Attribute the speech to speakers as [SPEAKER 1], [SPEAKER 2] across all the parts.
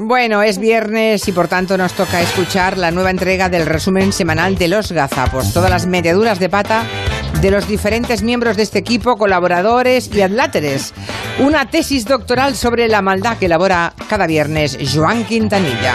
[SPEAKER 1] Bueno, es viernes y por tanto nos toca escuchar la nueva entrega del resumen semanal de los gazapos, todas las meteduras de pata de los diferentes miembros de este equipo, colaboradores y adláteres. Una tesis doctoral sobre la maldad que elabora cada viernes Joan Quintanilla.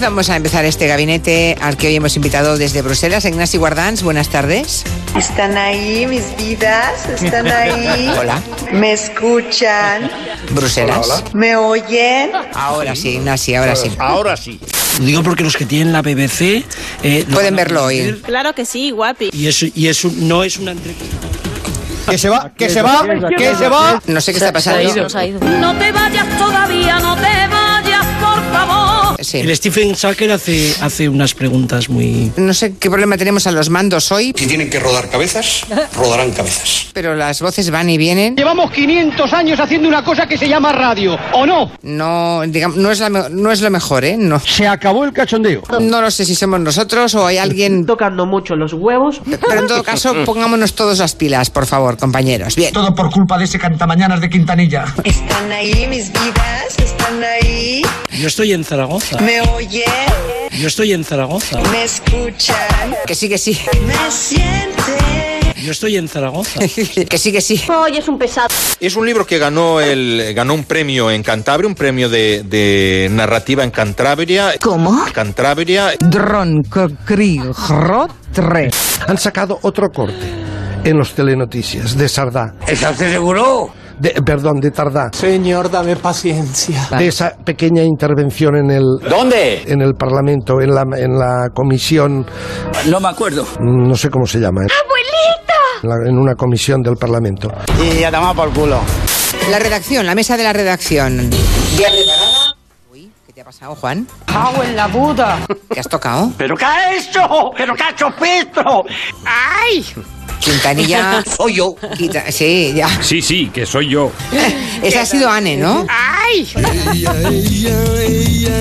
[SPEAKER 1] Vamos a empezar este gabinete al que hoy hemos invitado desde Bruselas. Ignacy Guardans, buenas tardes.
[SPEAKER 2] Están ahí mis vidas, están ahí.
[SPEAKER 1] Hola.
[SPEAKER 2] Me escuchan,
[SPEAKER 1] Bruselas.
[SPEAKER 3] Hola, Ah.
[SPEAKER 2] me oyen.
[SPEAKER 1] Ahora sí, Ignacy, ahora sí.
[SPEAKER 3] Ahora sí.
[SPEAKER 4] Lo digo porque los que tienen la BBC... eh, lo
[SPEAKER 1] Pueden
[SPEAKER 4] van a
[SPEAKER 1] verlo hoy.
[SPEAKER 4] conocer
[SPEAKER 5] Claro que sí, guapi.
[SPEAKER 4] Y eso, y eso no es una entrevista.
[SPEAKER 6] Que se va, que se va, que se va.
[SPEAKER 1] No sé qué está pasando.
[SPEAKER 7] No te vayas todavía, no te vayas, por favor.
[SPEAKER 1] Sí.
[SPEAKER 4] El Stephen Sacker hace, hace unas preguntas muy...
[SPEAKER 1] No sé qué problema tenemos a los mandos hoy,
[SPEAKER 8] Si tienen que rodar cabezas, rodarán cabezas.
[SPEAKER 1] pero las voces van y vienen.
[SPEAKER 6] Llevamos 500 años haciendo una cosa que se llama radio, ¿o no?
[SPEAKER 1] No, digamos, no es, la me- no es lo mejor, ¿eh? No.
[SPEAKER 6] Se acabó el cachondeo.
[SPEAKER 1] No lo sé si somos nosotros o hay alguien.
[SPEAKER 9] tocando mucho los huevos.
[SPEAKER 1] Pero en todo caso, pongámonos todos las pilas, por favor, compañeros. Bien.
[SPEAKER 10] Todo por culpa de ese cantamañanas de Quintanilla.
[SPEAKER 2] Están ahí mis vidas, están ahí.
[SPEAKER 4] Yo estoy en Zaragoza.
[SPEAKER 2] Me oyen,
[SPEAKER 4] Yo estoy en Zaragoza.
[SPEAKER 2] me escuchan,
[SPEAKER 1] Que sí, que sí.
[SPEAKER 2] me sienten.
[SPEAKER 4] Yo estoy en Zaragoza.
[SPEAKER 1] Que sí, que sí.
[SPEAKER 7] Hoy es un pesado.
[SPEAKER 3] Es un libro que ganó el ganó un premio en Cantabria, un premio de, de narrativa en Cantabria.
[SPEAKER 5] ¿Cómo?
[SPEAKER 3] Cantabria.
[SPEAKER 1] Dron,
[SPEAKER 6] Han sacado otro corte en los telenoticias de Sardá.
[SPEAKER 10] ¿Estás seguro?
[SPEAKER 6] De, perdón, de Tardá.
[SPEAKER 10] Señor, dame paciencia.
[SPEAKER 6] De esa pequeña intervención en el,
[SPEAKER 10] ¿Dónde?
[SPEAKER 6] en el Parlamento, en la, en la comisión, mm,
[SPEAKER 10] No me acuerdo.
[SPEAKER 6] no sé cómo se llama, ¿eh? En la- en una comisión del Parlamento.
[SPEAKER 10] Y ya damos por culo.
[SPEAKER 1] La redacción, la mesa de la redacción. Uy, ¿qué te ha pasado, Juan?
[SPEAKER 10] ¡Cago en la puta!
[SPEAKER 1] ¿Qué has tocado?
[SPEAKER 10] ¿Pero qué ha hecho? ¿Pero qué ha hecho Petro? ¡Ay!
[SPEAKER 1] Quintanilla.
[SPEAKER 10] Soy yo.
[SPEAKER 1] Quita- Sí, ya.
[SPEAKER 8] Sí, sí, que soy yo.
[SPEAKER 1] Esa ha sido Anne, ¿no?
[SPEAKER 10] ¡Ay!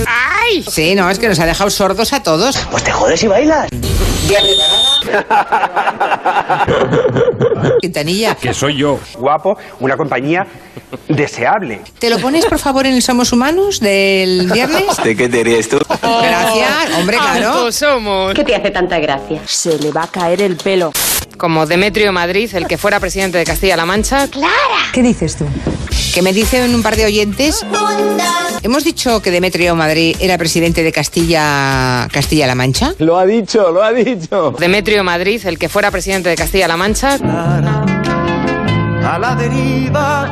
[SPEAKER 10] ¡Ay!
[SPEAKER 1] Sí, no, es que nos ha dejado sordos a todos.
[SPEAKER 10] Pues te jodes y bailas.
[SPEAKER 1] Quintanilla,
[SPEAKER 8] Que soy yo.
[SPEAKER 10] Guapo, una compañía deseable.
[SPEAKER 1] ¿te lo pones por favor en el Somos Humanos del viernes?
[SPEAKER 10] ¿De qué te dirías tú?
[SPEAKER 9] Oh.
[SPEAKER 1] Gracias, hombre, claro.
[SPEAKER 7] ¿Por qué te hace tanta gracia?
[SPEAKER 5] Se le va a caer el pelo.
[SPEAKER 9] Como Demetrio Madrid, el que fuera presidente de Castilla-La Mancha.
[SPEAKER 1] Que me dicen un par de oyentes. Hemos dicho que Demetrio Madrid era presidente de Castilla Castilla-La Mancha.
[SPEAKER 10] Lo ha dicho, lo ha dicho.
[SPEAKER 9] Demetrio Madrid, el que fuera presidente de Castilla-La Mancha.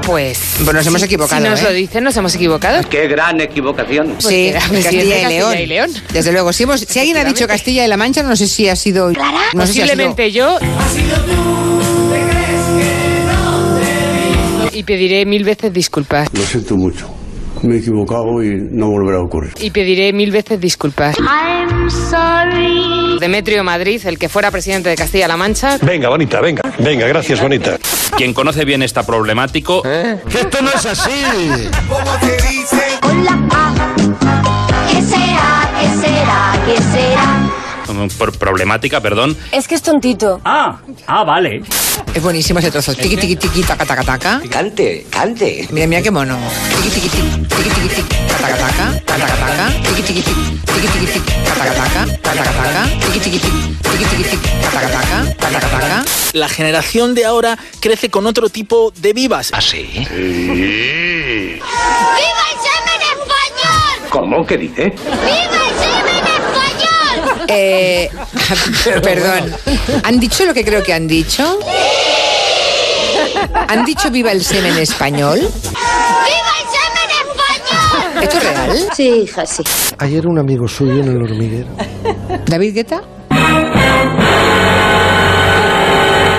[SPEAKER 1] Pues bueno, nos hemos equivocado.
[SPEAKER 9] Si nos
[SPEAKER 1] ¿eh?
[SPEAKER 9] lo dicen, nos hemos equivocado.
[SPEAKER 10] Qué gran equivocación.
[SPEAKER 1] Sí,
[SPEAKER 9] era
[SPEAKER 1] Castilla,
[SPEAKER 9] presidente de
[SPEAKER 1] y
[SPEAKER 9] Castilla
[SPEAKER 1] León.
[SPEAKER 9] y León.
[SPEAKER 1] Desde luego, si, hemos- si alguien ha dicho Castilla y La Mancha, no sé si ha sido. No sé si ha sido-
[SPEAKER 9] Posiblemente yo. Y pediré mil veces disculpas.
[SPEAKER 8] Lo siento mucho. Me he equivocado y no volverá a ocurrir.
[SPEAKER 9] Y pediré mil veces disculpas. Demetrio Madrid, el que fuera presidente de Castilla-La Mancha.
[SPEAKER 8] Venga, bonita, venga. Venga, gracias, bonita. Quien conoce bien esta problemática.
[SPEAKER 6] Esto no es así.
[SPEAKER 7] ¿Qué será? ¿Qué será? ¿Qué será?
[SPEAKER 8] Por problemática, perdón.
[SPEAKER 5] Es que es tontito.
[SPEAKER 10] Ah, ah, vale.
[SPEAKER 1] Es buenísimo ese trozo. Tiqui, tiqui, tiqui, taca, taca, taca.
[SPEAKER 10] Cante, cante.
[SPEAKER 1] Mira, mira qué mono. Tiqui, tiqui, tiqui, tiqui, tiqui, tiqui, taca, taca, taca, taca, tiqui, tiqui, tiqui, tiqui, tiqui, tiqui, taca, taca, taca, taca, tiqui, tiqui, tiqui, tiqui, tiqui, tiqui, taca, taca, taca, taca, taca.
[SPEAKER 11] La generación de ahora crece con otro tipo de vivas.
[SPEAKER 8] Ah,
[SPEAKER 10] ¿Así?
[SPEAKER 7] ¡Viva el semen español!
[SPEAKER 10] ¿Cómo? ¿Qué dice?
[SPEAKER 7] ¡Viva el semen español!
[SPEAKER 1] Eh, perdón. ¿Han dicho lo que creo que han dicho? ¿Han dicho viva el semen español?
[SPEAKER 7] ¡Viva el semen español!
[SPEAKER 1] ¿Esto es real?
[SPEAKER 7] Sí, hija, sí.
[SPEAKER 6] Ayer un amigo suyo en el hormiguero.
[SPEAKER 1] ¿David Guetta?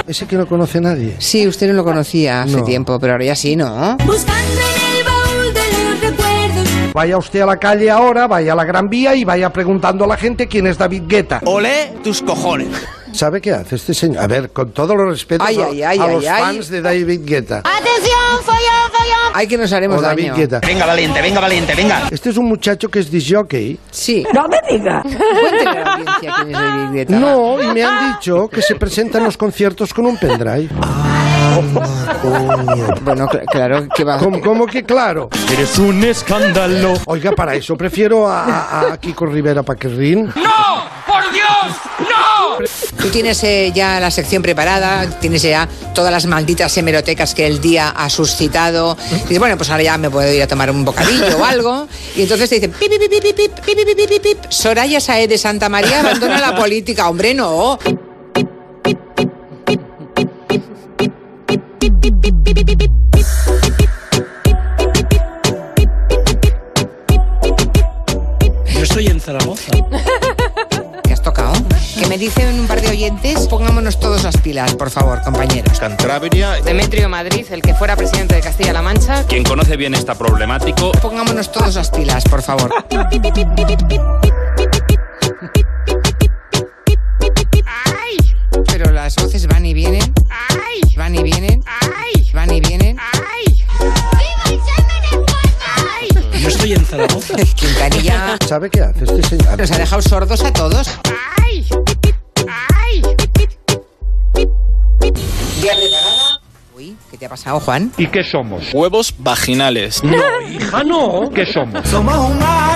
[SPEAKER 6] Ese que no conoce nadie.
[SPEAKER 1] Sí, usted no lo conocía hace
[SPEAKER 6] No.
[SPEAKER 1] tiempo, pero ahora ya sí, ¿no?
[SPEAKER 7] Buscando en el baúl de los recuerdos.
[SPEAKER 6] Vaya usted a la calle ahora, vaya a la Gran Vía y vaya preguntando a la gente quién es David Guetta.
[SPEAKER 11] Olé tus cojones.
[SPEAKER 6] ¿Sabe qué hace este señor? A ver, con todo los respetos
[SPEAKER 1] Ay,
[SPEAKER 6] a,
[SPEAKER 1] ay, ay,
[SPEAKER 6] a
[SPEAKER 1] ay,
[SPEAKER 6] los
[SPEAKER 1] ay.
[SPEAKER 6] fans de David Guetta.
[SPEAKER 7] ¡Atención, follón, follón!
[SPEAKER 1] Ay, que nos
[SPEAKER 6] O
[SPEAKER 1] haremos
[SPEAKER 6] David
[SPEAKER 1] daño.
[SPEAKER 6] Guetta.
[SPEAKER 11] Venga, valiente, venga, valiente, venga.
[SPEAKER 6] Este es un muchacho que es disjockey.
[SPEAKER 1] Sí. ¡No me diga! Cuéntale a la audiencia quién es David Guetta.
[SPEAKER 6] No, y me han dicho que se presenta en los conciertos con un pendrive.
[SPEAKER 1] Bueno, cl- claro que va.
[SPEAKER 6] ¿Cómo, cómo que claro? Eres un escándalo. Oiga, para eso prefiero a, a- a Kiko Rivera Paquerrín.
[SPEAKER 7] ¡No! ¡Por Dios! ¡No!
[SPEAKER 1] Tú tienes eh, ya la sección preparada, tienes ya todas las malditas hemerotecas que el día ha suscitado. Y dices, bueno, pues ahora ya me puedo ir a tomar un bocadillo o algo. Y entonces te dicen, pip, pip, pip, pip, pip, pip, pip, pip, pip, pip. Soraya Sae de Santa María abandona la política. Hombre, no.
[SPEAKER 4] Yo estoy en Zaragoza.
[SPEAKER 1] ¿Qué has tocado? Que me dicen un par de oyentes, pongámonos todos las pilas, por favor, compañeros.
[SPEAKER 3] Cantabria.
[SPEAKER 9] Demetrio Madrid, el que fuera presidente de Castilla-La Mancha.
[SPEAKER 8] Quien conoce bien este esta problemática.
[SPEAKER 1] Pongámonos todos las pilas, por favor. Pero las voces van y vienen. Van y vienen. Van y vienen.
[SPEAKER 4] Yo estoy en Zaragoza.
[SPEAKER 1] Quintanilla
[SPEAKER 6] ¿Sabe qué hace este señor?
[SPEAKER 1] nos ha dejado sordos a todos. ¿Ya preparada? Uy, ¿qué te ha pasado, Juan?
[SPEAKER 6] Ah,
[SPEAKER 11] Huevos vaginales.
[SPEAKER 10] Somos humanos.